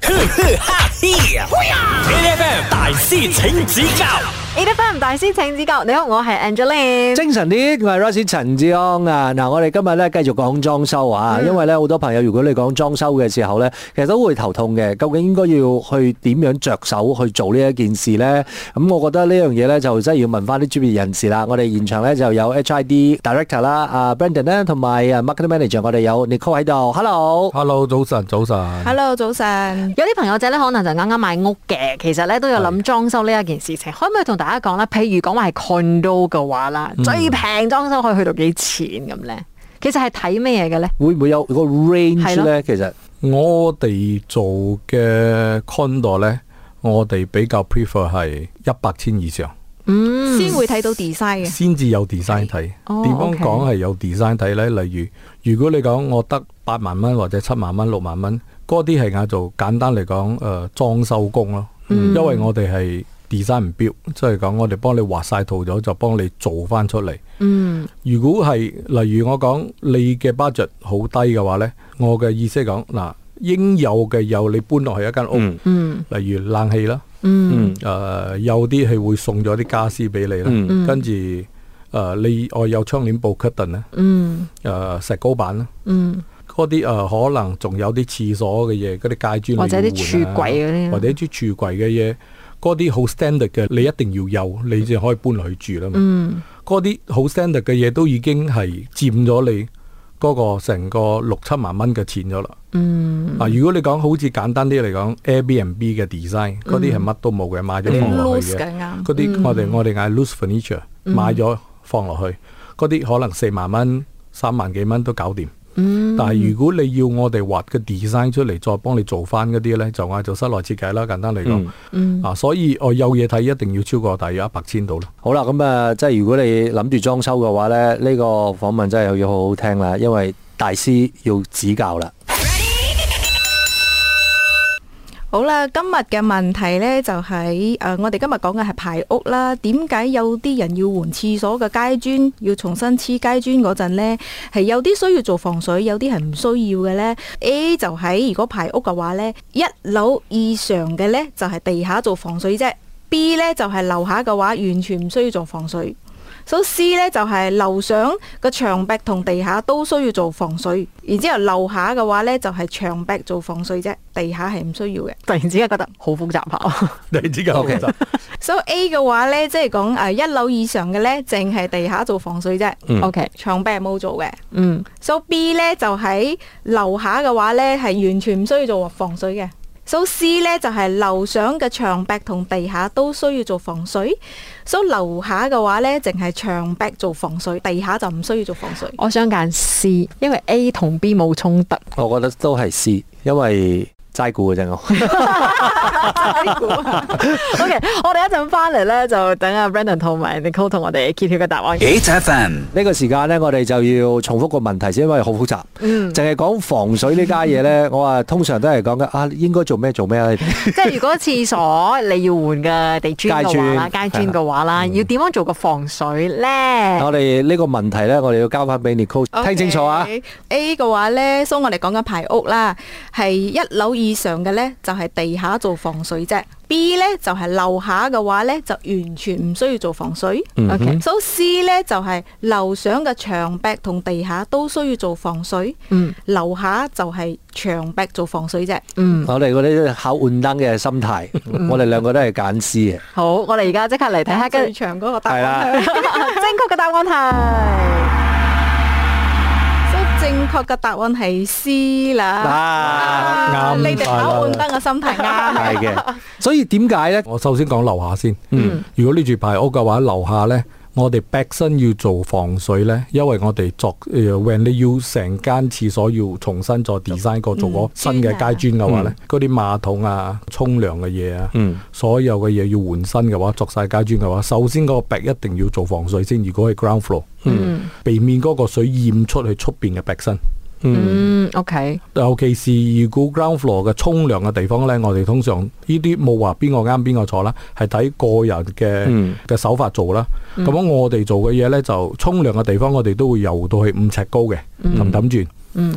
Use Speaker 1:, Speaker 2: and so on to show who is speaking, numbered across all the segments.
Speaker 1: 哈嘿！A F M 大師請指教
Speaker 2: ，A F M 大師請指教。你好，我係 Angeline。
Speaker 3: 精神啲，我係 Royce 陳志安啊！嗱，我哋今日咧繼續講裝修啊，因為咧好多朋友，如果你講裝修嘅時候咧，其實都會頭痛嘅。究竟應該要去點樣着手去做呢一件事咧？咁我覺得呢樣嘢咧就真係要問翻啲專業人士啦。我哋現場咧就有 H I D Director 啦，啊 Brandon 咧，同埋啊 Market Manager，我哋有 Nicole 喺度。Hello，
Speaker 4: Hello，早晨，早晨。
Speaker 2: Hello，早晨。有啲朋友仔咧，可能就啱啱買屋嘅，其實咧都有諗裝修呢一件事情。可唔可以同大家講咧？譬如講話係 condo 嘅話啦，最平裝修可以去到幾錢咁咧？其實係睇咩嘢嘅咧？
Speaker 3: 會唔會有個
Speaker 2: 係
Speaker 3: range
Speaker 2: 咯
Speaker 3: 咧？其實
Speaker 4: 我哋做嘅 condo 呢，我哋比較 prefer 係一百千以上，
Speaker 2: 嗯，
Speaker 5: 先會睇到 design 嘅。
Speaker 4: 先至有 design 睇。
Speaker 2: 哦
Speaker 4: 點樣
Speaker 2: OK
Speaker 4: 講係有 design 睇呢？例如，如果你講我得八萬蚊或者七萬蚊、六萬蚊，嗰啲係嗌做簡單嚟講，誒、呃裝修工咯。
Speaker 2: 嗯
Speaker 4: 因為我哋係 design 唔標，即係講我哋幫你畫晒圖咗，就幫你做翻出嚟。
Speaker 2: 嗯
Speaker 4: 如果係例如我講你嘅 budget 好低嘅話呢，我嘅意思係講嗱，應有嘅有你搬落去一間屋，
Speaker 3: 嗯
Speaker 2: 嗯
Speaker 4: 例如冷氣啦，
Speaker 2: 嗯
Speaker 4: 誒、呃有啲係會送咗啲家私俾你啦，
Speaker 3: 嗯
Speaker 4: 跟住誒、你我有窗簾布 curtain 啦，
Speaker 2: 嗯
Speaker 4: 誒、石膏板啦，
Speaker 2: 嗯
Speaker 4: 嗰啲呃誒可能仲有啲廁所嘅嘢，嗰啲街磚你要
Speaker 2: 或者啲
Speaker 4: 換
Speaker 2: 櫥
Speaker 4: 啊
Speaker 2: 櫃嗰啲啊
Speaker 4: 或者啲櫥櫃嘅嘢，嗰啲好 standard 嘅，你一定要有，你先可以搬落去住啦嘛。
Speaker 2: 嗯
Speaker 4: 嗰啲好 standard 嘅嘢都已經係佔咗你嗰個成個六七萬蚊嘅錢咗啦。
Speaker 2: 嗯
Speaker 4: 啊，如果你講好似簡單啲嚟講，Airbnb 嘅 design 嗰啲係乜都冇嘅，買咗放落去
Speaker 5: loose
Speaker 4: 嘅。
Speaker 5: 嘅啱，
Speaker 4: 嗰啲我哋我哋嗌 loose furniture，買咗放落去，嗰啲可能四萬蚊、三萬幾蚊都搞掂。
Speaker 2: 嗯
Speaker 4: 但係如果你要我哋畫嘅 design 出嚟，再幫你做翻嗰啲呢，就嗌做室內設計啦。簡單嚟講，
Speaker 2: 嗯
Speaker 4: 啊，所以我有嘢睇一定要超過大約一百千度啦。
Speaker 3: 好啦，咁啊，即係如果你諗住裝修嘅話咧，呢、個訪問真係要好好聽啦，因為大師要指教啦。
Speaker 5: 好啦，今日嘅問題呢就喺、诶、我哋今日講嘅係排屋啦。點解有啲人要換廁所嘅街磚，要重新黐街磚嗰陣呢？係有啲需要做防水，有啲係唔需要嘅呢。A 就喺如果排屋嘅話呢，一樓以上嘅呢就係地下做防水啫。B 呢就係樓下嘅話，完全唔需要做防水。所以 C 呢就係樓上個牆壁同地下都需要做防水，然之後樓下嘅話呢，就係牆壁做防水啫，地下係唔需要嘅。
Speaker 2: 突然之間覺得好複雜啊下，
Speaker 4: 你知㗎
Speaker 3: OK
Speaker 4: 其實
Speaker 5: 所以 A 嘅話呢，即係講誒一樓以上嘅呢，淨係地下做防水啫，
Speaker 3: 嗯
Speaker 2: OK，
Speaker 5: 牆壁係冇做嘅。
Speaker 2: 嗯，
Speaker 5: 所以 B 呢，就喺樓下嘅話呢，係完全唔需要做防水嘅。所以 C 呢，就係樓上嘅牆壁同地下都需要做防水，所以樓下嘅話呢，淨係牆壁做防水，地下就唔需要做防水。
Speaker 2: 我想揀 C，因為 A 同 B 冇衝 突。
Speaker 3: 我覺得都係 C，因為齋估嘅啫我。
Speaker 2: OK，我哋一陣翻嚟咧，就等阿 Brandon 同埋 Nicole 同我哋揭曉嘅答案。
Speaker 1: ，H F M
Speaker 3: 呢個時間呢，我哋就要重複個問題先，因為好複雜。淨係講防水呢家嘢呢，我話通常都係講緊啊，應該做咩做咩啊。
Speaker 2: 即係如果廁所你要換嘅地磚嘅話啦，
Speaker 3: 街
Speaker 2: 街
Speaker 3: 磚
Speaker 2: 磚嘅話
Speaker 4: 啊
Speaker 2: 啦，
Speaker 4: 嗯
Speaker 2: 要點樣做個防水咧？
Speaker 3: 我哋呢個問題呢，我哋要交翻俾 Nicole 聽清楚啊。
Speaker 5: OK。A 嘅話呢，所以我哋講緊排屋啦，係一樓以上嘅呢，就係、地下做防水啫。B 呢，就係、樓下嘅話呢，就完全唔需要做防水。
Speaker 2: OK，
Speaker 5: 所以 C 呢，就係、樓上嘅牆壁同地下都需要做防水，
Speaker 2: 嗯
Speaker 5: 樓下就係牆壁做防水啫。
Speaker 2: 嗯，
Speaker 3: 我哋嗰啲考換燈嘅心態，我哋兩個都係揀 C 嘅。
Speaker 2: 好，我哋而家即刻嚟睇下跟正
Speaker 5: 最長嗰個答
Speaker 3: 係
Speaker 5: 案
Speaker 3: 啦，
Speaker 2: 確嘅答案係
Speaker 5: 所以正確嘅答案係 C 啦。
Speaker 3: 啊，
Speaker 5: 啊
Speaker 4: 啱
Speaker 5: 你哋
Speaker 4: 晒啦
Speaker 5: 考換燈嘅心態啱。
Speaker 3: 係嘅。所以點解呢？
Speaker 4: 我首先講樓下先。
Speaker 3: 嗯
Speaker 4: 如果呢住排屋嘅話，樓下呢，我哋 back 身要做防水呢，因為我哋作誒 when 你要成間廁所要重新再 design 過做個新嘅街磚嘅話呢，嗰啲馬桶啊、沖涼嘅嘢啊，
Speaker 3: 嗯
Speaker 4: 所有嘅嘢要換新嘅話，作晒街磚嘅話，首先嗰個 back 一定要做防水先。如果係 ground floor，
Speaker 3: 嗯
Speaker 4: 避免嗰個水淹出去出邊嘅 back 身。
Speaker 3: 嗯
Speaker 2: 嗯 OK，
Speaker 4: 尤其是如果 ground floor 嘅沖涼嘅地方呢，我哋通常呢啲冇話邊個啱邊個錯啦，係睇個人
Speaker 3: 嗯
Speaker 4: 嘅嘅、手法做啦。咁、樣我哋做嘅嘢呢，就沖涼嘅地方，我哋都會游到去五尺高嘅氹氹轉。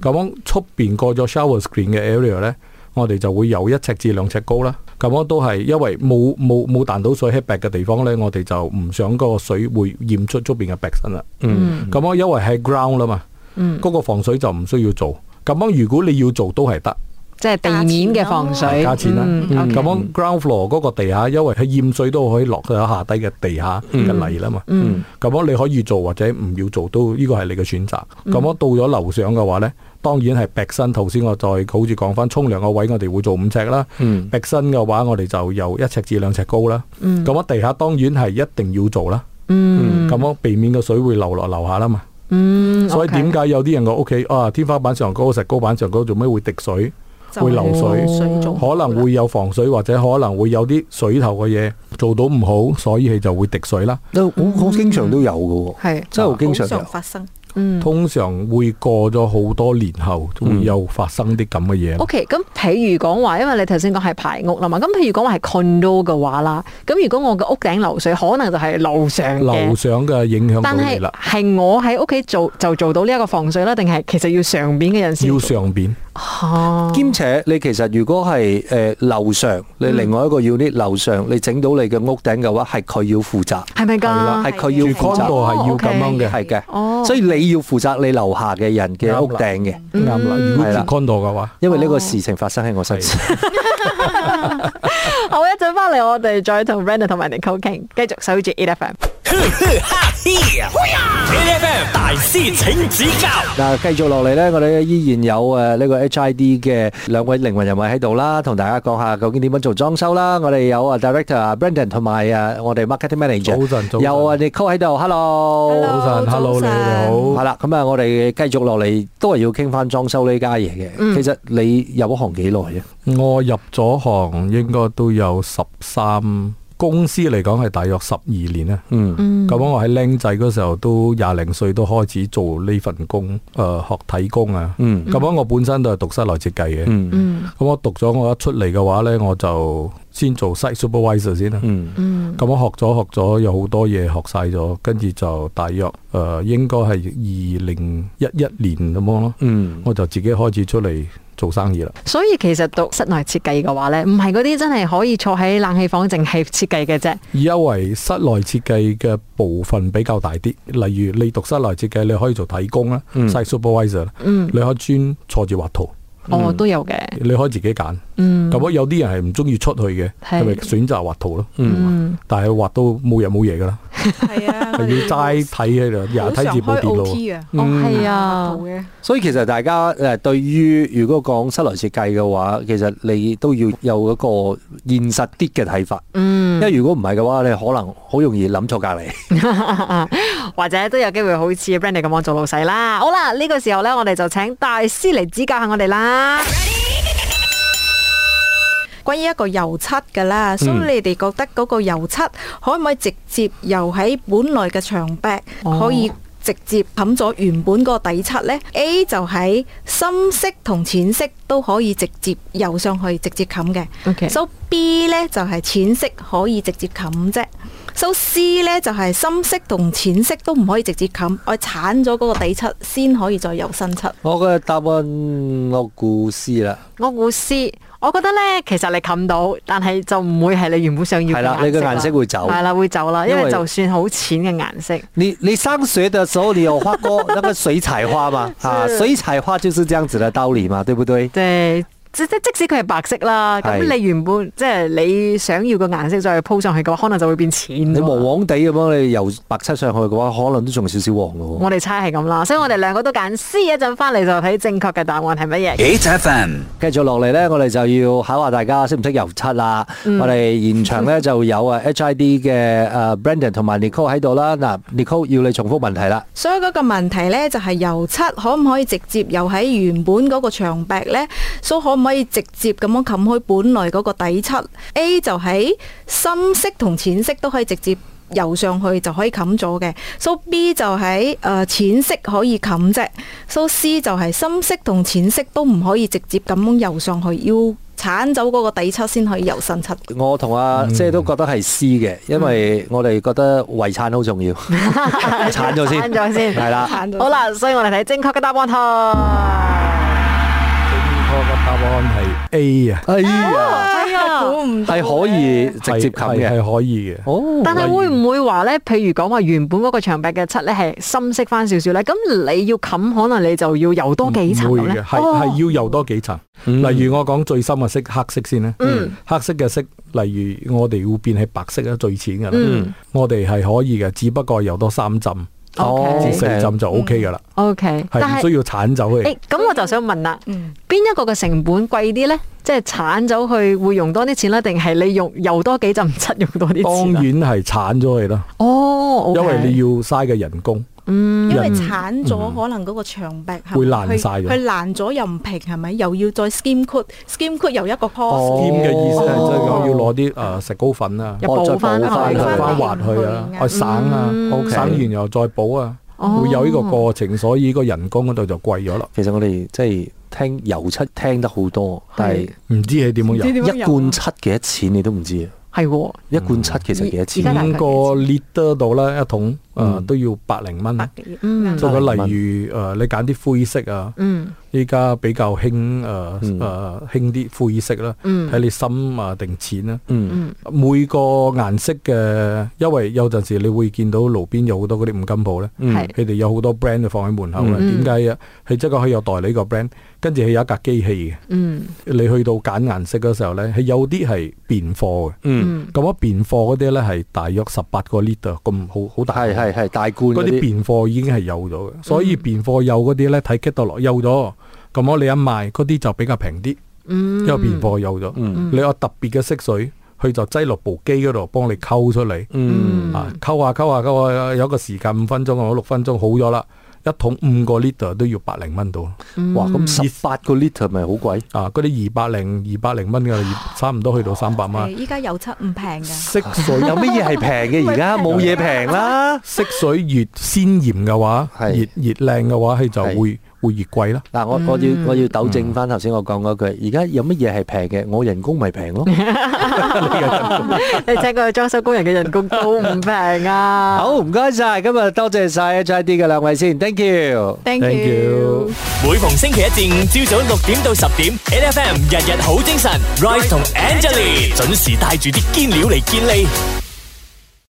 Speaker 4: 咁、樣出邊過咗 shower screen 嘅 area 呢，我哋就會由一尺至兩尺高啦。咁我都係因為冇冇冇彈到水喺壁嘅地方咧，我哋就唔想嗰個水會染出出邊嘅壁身啦。
Speaker 3: 嗯，
Speaker 4: 咁我因為係 ground 啦嘛，
Speaker 2: 嗯
Speaker 4: 嗰個防水就唔需要做。咁樣如果你要做都係得，
Speaker 2: 即係地面嘅防水，
Speaker 4: 加錢啦。
Speaker 2: 嗯
Speaker 4: 咁
Speaker 2: OK
Speaker 4: 樣 ground floor 嗰個地下，因為佢染水都可以落去下低嘅地下嘅泥啦嘛。
Speaker 2: 嗯
Speaker 4: 咁樣你可以做或者唔要做都呢個係你嘅選擇。
Speaker 2: 嗯
Speaker 4: 咁樣到咗樓上嘅話呢，當然係壁身。頭先我再好似講翻沖涼個位，我哋會做五尺啦。
Speaker 3: 嗯
Speaker 4: 壁身嘅話，我哋就由一尺至兩尺高啦。
Speaker 2: 嗯
Speaker 4: 咁樣地下當然係一定要做啦。
Speaker 2: 嗯
Speaker 4: 咁樣避免個水會流落樓下啦嘛。
Speaker 2: 嗯，
Speaker 4: 所以
Speaker 2: OK
Speaker 4: 點解有啲人個屋企啊天花板上高、石膏板上高做咩會滴水？
Speaker 5: 就
Speaker 4: 會流水
Speaker 5: 水種
Speaker 4: 可能會有防水或者可能會有啲水頭嘅嘢做到唔好，所以佢就會滴水啦。
Speaker 3: 都好好經常都有嘅喎，
Speaker 2: 係
Speaker 3: 真係好經
Speaker 5: 好
Speaker 3: 常有
Speaker 5: 常。發生。
Speaker 2: 嗯。
Speaker 4: 通常會過咗好多年後，會有發生啲咁嘅嘢。
Speaker 2: O K，咁譬如講話，因為你頭先講係排屋啦嘛，咁譬如講話係 condo 嘅話啦，咁如果我嘅屋頂漏水，可能就係樓上
Speaker 4: 樓
Speaker 2: 嘅，
Speaker 4: 上嘅影響到
Speaker 2: 但
Speaker 4: 你
Speaker 2: 係
Speaker 4: 啦，
Speaker 2: 係我喺屋企做就做到呢一個防水啦，定係其實要上邊嘅人先
Speaker 4: 要
Speaker 2: 做
Speaker 4: 上邊
Speaker 2: 哦
Speaker 3: 兼且你其實如果係誒樓上，你另外一個 unit 樓上，你整到你嘅屋頂嘅話，係佢要負責，
Speaker 2: 係咪
Speaker 3: 係啦
Speaker 2: 㗎？
Speaker 3: 係佢
Speaker 4: 住
Speaker 3: 要
Speaker 5: 住
Speaker 3: 負
Speaker 4: condo
Speaker 3: 責，
Speaker 4: 係要咁樣嘅，
Speaker 3: 係嘅。
Speaker 2: 哦，
Speaker 3: 所以你要負責你樓下嘅人嘅屋頂嘅，
Speaker 4: 啱啦。如果住
Speaker 3: 係啦
Speaker 4: condo 嘅話，
Speaker 3: 因為呢個事情發生喺我身上。
Speaker 2: 好一陣翻嚟，我哋再同 Brandon 同埋 Nicole 傾，繼續守住 E F M。
Speaker 1: A F M 大師請指教
Speaker 3: 嗱，繼續落嚟咧，我哋依然有誒呢個 HID 嘅兩位靈魂人物喺度啦，同大家講下究竟點樣做裝修啦。我哋有啊 Director 啊 Brandon 同埋啊我哋 Marketing Manager，
Speaker 4: 早晨早晨
Speaker 3: 有啊 Nicole 喺度，Hello。
Speaker 4: 早晨，hello 你哋
Speaker 3: 係
Speaker 4: 好。
Speaker 3: 啦，咁啊，我哋繼續落嚟都係要傾翻裝修呢家嘢嘅。其實你入行幾耐啊？
Speaker 4: 我入咗行應該都有十三，公司嚟講係大約十二年啦。
Speaker 3: 嗯
Speaker 4: 咁我喺僆仔嗰時候都廿零歲都開始做呢份工，誒、學體工啊。
Speaker 3: 嗯
Speaker 4: 咁樣我本身都係讀室內設計嘅。咁、
Speaker 3: 嗯
Speaker 4: 我讀咗我一出嚟嘅話呢，我就先做 site supervisor 先啦。
Speaker 3: 嗯
Speaker 4: 咁我學咗學咗有好多嘢學晒咗，跟住就大約誒、呃、應該係二零一一年咁樣咯，
Speaker 3: 嗯
Speaker 4: 我就自己開始出嚟做生意啦。
Speaker 2: 所以其實讀室內設計嘅話咧，唔係嗰啲真係可以坐喺冷氣房淨係設計嘅啫。
Speaker 4: 因為室內設計嘅部分比較大啲，例如你讀室內設計，你可以做體工啦、
Speaker 3: 嗯
Speaker 4: site supervisor 啦
Speaker 2: 嗯，
Speaker 4: 你可以專坐住畫圖，
Speaker 3: 嗯
Speaker 2: 哦，都有嘅。
Speaker 4: 你可以自己揀。
Speaker 2: 嗯
Speaker 4: 咁、啊有啲人係唔中意出去嘅，
Speaker 2: 係
Speaker 4: 係咪選擇畫圖咯？
Speaker 3: 嗯
Speaker 2: 嗯，
Speaker 4: 但係畫到冇日冇夜 㗎啦，
Speaker 5: 係啊，
Speaker 4: 係要齋睇喺度，日日
Speaker 5: 好
Speaker 4: 睇
Speaker 5: 常
Speaker 4: 住部
Speaker 5: 開
Speaker 4: 電腦。
Speaker 5: OT 啊，
Speaker 3: 嗯
Speaker 2: 哦係啊
Speaker 5: 好，嘅。
Speaker 3: 所以其實大家誒對於如果講室內設計嘅話，其實你都要有一個現實啲嘅睇法。因
Speaker 2: 嗯，
Speaker 3: 為如果唔係嘅話，你可能好容易諗錯隔離。
Speaker 2: 或者都有機會好似 Brandy 咁樣做老細啦。好啦，呢個時候咧，我哋就請大師嚟指教下我哋啦。
Speaker 5: 關於一個油漆㗎
Speaker 4: 嗯
Speaker 5: 啦，所以你哋覺得嗰個油漆可唔可以直接油喺本來嘅牆壁，
Speaker 2: 哦
Speaker 5: 可以直接冚咗原本嗰個底漆呢 a 就喺深色同淺色都可以直接油上去，直接冚嘅。
Speaker 2: OK，
Speaker 5: So B 呢就係、淺色可以直接冚啫。So C 呢就係、深色同淺色都唔可以直接冚，我鏟咗嗰個底漆先可以再油新漆。
Speaker 3: 我嘅答案我故事啦，
Speaker 2: 我估師，我覺得咧，其實你冚到，但係就唔會係你原本想要
Speaker 3: 係啦，你嘅顏色會走。
Speaker 2: 係啦，會走啦，因
Speaker 3: 因
Speaker 2: 為
Speaker 3: 為
Speaker 2: 就算好淺嘅顏色。
Speaker 3: 你你上学的时候，你有画过那个水彩画 吗？啊，水彩画就是这样子的道理嘛，对不对？
Speaker 2: 即即即即使佢係白色啦，咁
Speaker 3: 係
Speaker 2: 你原本即係你想要個顏色再鋪上去嘅話，可能就會變淺㗎嘛。
Speaker 3: 你黃黃地咁樣，你由白漆上去嘅話，可能都仲有少少黃嘅喎。
Speaker 2: 我哋猜係咁啦，所以我哋兩個都揀 C，一陣翻嚟就睇正確嘅答案係乜嘢。
Speaker 1: ，H F M
Speaker 3: 繼續落嚟呢，我哋就要考下大家識唔識油漆啦。我哋現場呢就有啊 HID 嘅誒 Brandon 同埋 Nicole 喺度啦。嗱，Nicole 要你重複問題啦。
Speaker 5: 所以嗰個問題呢，就係油漆可唔可以直接油喺原本嗰個牆壁呢？所以可唔可以直接咁樣冚開本來嗰個底漆？A 就喺深色同淺色都可以直接油上去就可以冚咗嘅。So B 就喺誒、呃、淺色可以冚啫。So C 就係深色同淺色都唔可以直接咁樣油上去，要鏟走嗰個底漆先可以油新漆。
Speaker 3: 我同阿姐都覺得係 C 嘅，因為我哋覺得遺產好 重要，鏟咗先，
Speaker 2: 鏟咗先
Speaker 3: 係啦。
Speaker 5: 鏟咗
Speaker 2: 好啦，所以我哋睇正確嘅答案係
Speaker 3: 正確嘅答案
Speaker 4: 案係 A 啊，
Speaker 3: 哎呀，
Speaker 2: 係啊。
Speaker 5: 估唔到
Speaker 3: 係可以直接冚
Speaker 4: 係
Speaker 3: 嘅。
Speaker 4: 係可以嘅。
Speaker 3: 哦，
Speaker 2: 但係
Speaker 4: 例如
Speaker 2: 會唔會話咧？譬如講話原本嗰個長柄嘅漆咧係深色翻少少咧，咁你要冚，可能你就要油多幾
Speaker 4: 嗯
Speaker 2: 層
Speaker 4: 唔會
Speaker 2: 咁咧。
Speaker 4: 嘅，係
Speaker 2: 哦
Speaker 4: 係要油多幾層。
Speaker 3: 嗯
Speaker 4: 例如我講最深嘅色黑色先咧，
Speaker 2: 嗯
Speaker 4: 黑色嘅色，例如我哋會變係白色啦，最淺嘅啦。
Speaker 2: 嗯
Speaker 4: 我哋係可以嘅，只不過油多三浸
Speaker 3: 哦
Speaker 4: 至
Speaker 2: OK
Speaker 4: 四浸就 O K 噶啦，
Speaker 2: OK，但嗯
Speaker 4: 係唔
Speaker 2: 係
Speaker 4: 需要剷走佢。
Speaker 2: 誒，咁我就想問啦，
Speaker 5: 嗯
Speaker 2: 邊一個嘅成本貴啲咧？即係鏟走佢會用多啲錢啦，定係你用油多幾浸漆用多啲
Speaker 4: 當
Speaker 2: 錢啊？
Speaker 4: 然係剷咗佢啦，
Speaker 2: 哦嗯
Speaker 4: 因為你
Speaker 2: 要
Speaker 4: 要嘥嘅人工。
Speaker 5: 因為
Speaker 4: 人
Speaker 5: 鏟咗可能嗰個牆壁係咪
Speaker 4: 會爛晒咗
Speaker 5: 佢佢爛咗又唔平係咪？又要再 skim coat，skim coat 又一個 cost，
Speaker 3: 哦嗯
Speaker 4: 添嘅意思係
Speaker 3: 哦
Speaker 4: 即係講要攞啲誒石膏粉啊。
Speaker 2: 又
Speaker 3: 哦
Speaker 2: 補
Speaker 3: 再
Speaker 2: 翻
Speaker 3: 補
Speaker 4: 翻
Speaker 3: 返
Speaker 2: 佢
Speaker 3: 佢
Speaker 4: 翻滑去啊，去省啊，
Speaker 3: OK
Speaker 4: 省完又再補啊，
Speaker 2: 嗯哦
Speaker 4: 會有呢個過程，所以個人工嗰度就貴咗啦。
Speaker 3: 其實我哋即係聽油漆聽得好多，但係
Speaker 4: 唔知你點樣入？
Speaker 3: 一罐漆幾多錢你都唔知啊！
Speaker 2: 係喎，
Speaker 3: 一罐漆其實幾多
Speaker 2: 而家
Speaker 3: 錢？
Speaker 2: 大概
Speaker 4: 五
Speaker 2: 幾
Speaker 4: 個
Speaker 2: 多
Speaker 4: liter 度咧一桶，誒
Speaker 3: 嗯
Speaker 4: 都要百零蚊。
Speaker 5: 百幾
Speaker 2: 嗯
Speaker 4: 做個例如誒，你揀啲灰色啊，
Speaker 2: 嗯
Speaker 4: 依家比較興誒誒
Speaker 3: 嗯
Speaker 4: 興啲灰色啦，睇
Speaker 2: 嗯
Speaker 4: 你深啊定淺啦。
Speaker 3: 嗯，
Speaker 4: 每個顏色嘅，因為有陣時你會見到路邊有好多嗰啲五金鋪咧。
Speaker 3: 嗯
Speaker 2: 係
Speaker 4: 佢哋有好多 brand 就放喺門口啦。點
Speaker 2: 嗯
Speaker 4: 解啊？佢即係佢有代理個 brand，跟住佢有一架機器嘅。
Speaker 2: 嗯
Speaker 4: 你去到揀顏色嗰時候咧，佢有啲係便貨嘅。
Speaker 3: 嗯，
Speaker 2: 嗯，
Speaker 4: 咁啊，便貨嗰啲咧係大約十八個 liter 咁，好好大。
Speaker 3: 係係係大罐
Speaker 4: 嗰
Speaker 3: 嗰
Speaker 4: 啲
Speaker 3: 啲，
Speaker 4: 便貨已經係有咗嘅，所
Speaker 3: 嗯
Speaker 4: 以便貨有嗰啲咧睇 k i t 落有咗，咁我你一賣嗰啲就比較平啲，因為便貨有咗。
Speaker 3: 嗯
Speaker 4: 你有特別嘅色水，佢就擠落部機嗰度幫你溝出嚟。
Speaker 3: 嗯
Speaker 4: 啊，溝下溝下溝下，有個時間五分鐘或者六分鐘好咗啦，一桶五個 liter 都要百零蚊到，
Speaker 3: 哇，咁十八個 liter 咪好貴？
Speaker 4: 啊，嗰啲二百零二百零蚊嘅，差唔多去到三百
Speaker 3: 哎
Speaker 5: 誒
Speaker 4: 蚊。
Speaker 5: 依家油漆唔平㗎，
Speaker 4: 色水
Speaker 3: 有乜嘢係平嘅？而家冇嘢平啦。
Speaker 4: 色水越鮮豔嘅話，
Speaker 3: 係
Speaker 4: 越越靚嘅話，佢就會會越貴啦。
Speaker 3: 嗱，我我要我要糾正翻頭先我講嗰句，而家有乜嘢係平嘅？我人工咪平咯。
Speaker 2: 你請個裝修工人嘅人工都唔平啊！
Speaker 3: 好，唔該晒，今日多謝晒 HID 嘅兩位先，thank you。
Speaker 5: Thank
Speaker 4: Thank you。
Speaker 1: 每逢星期一至五朝早六點到十點，N F M 日日好精神，Rise 同 Angelie 準時帶住啲堅料嚟健利。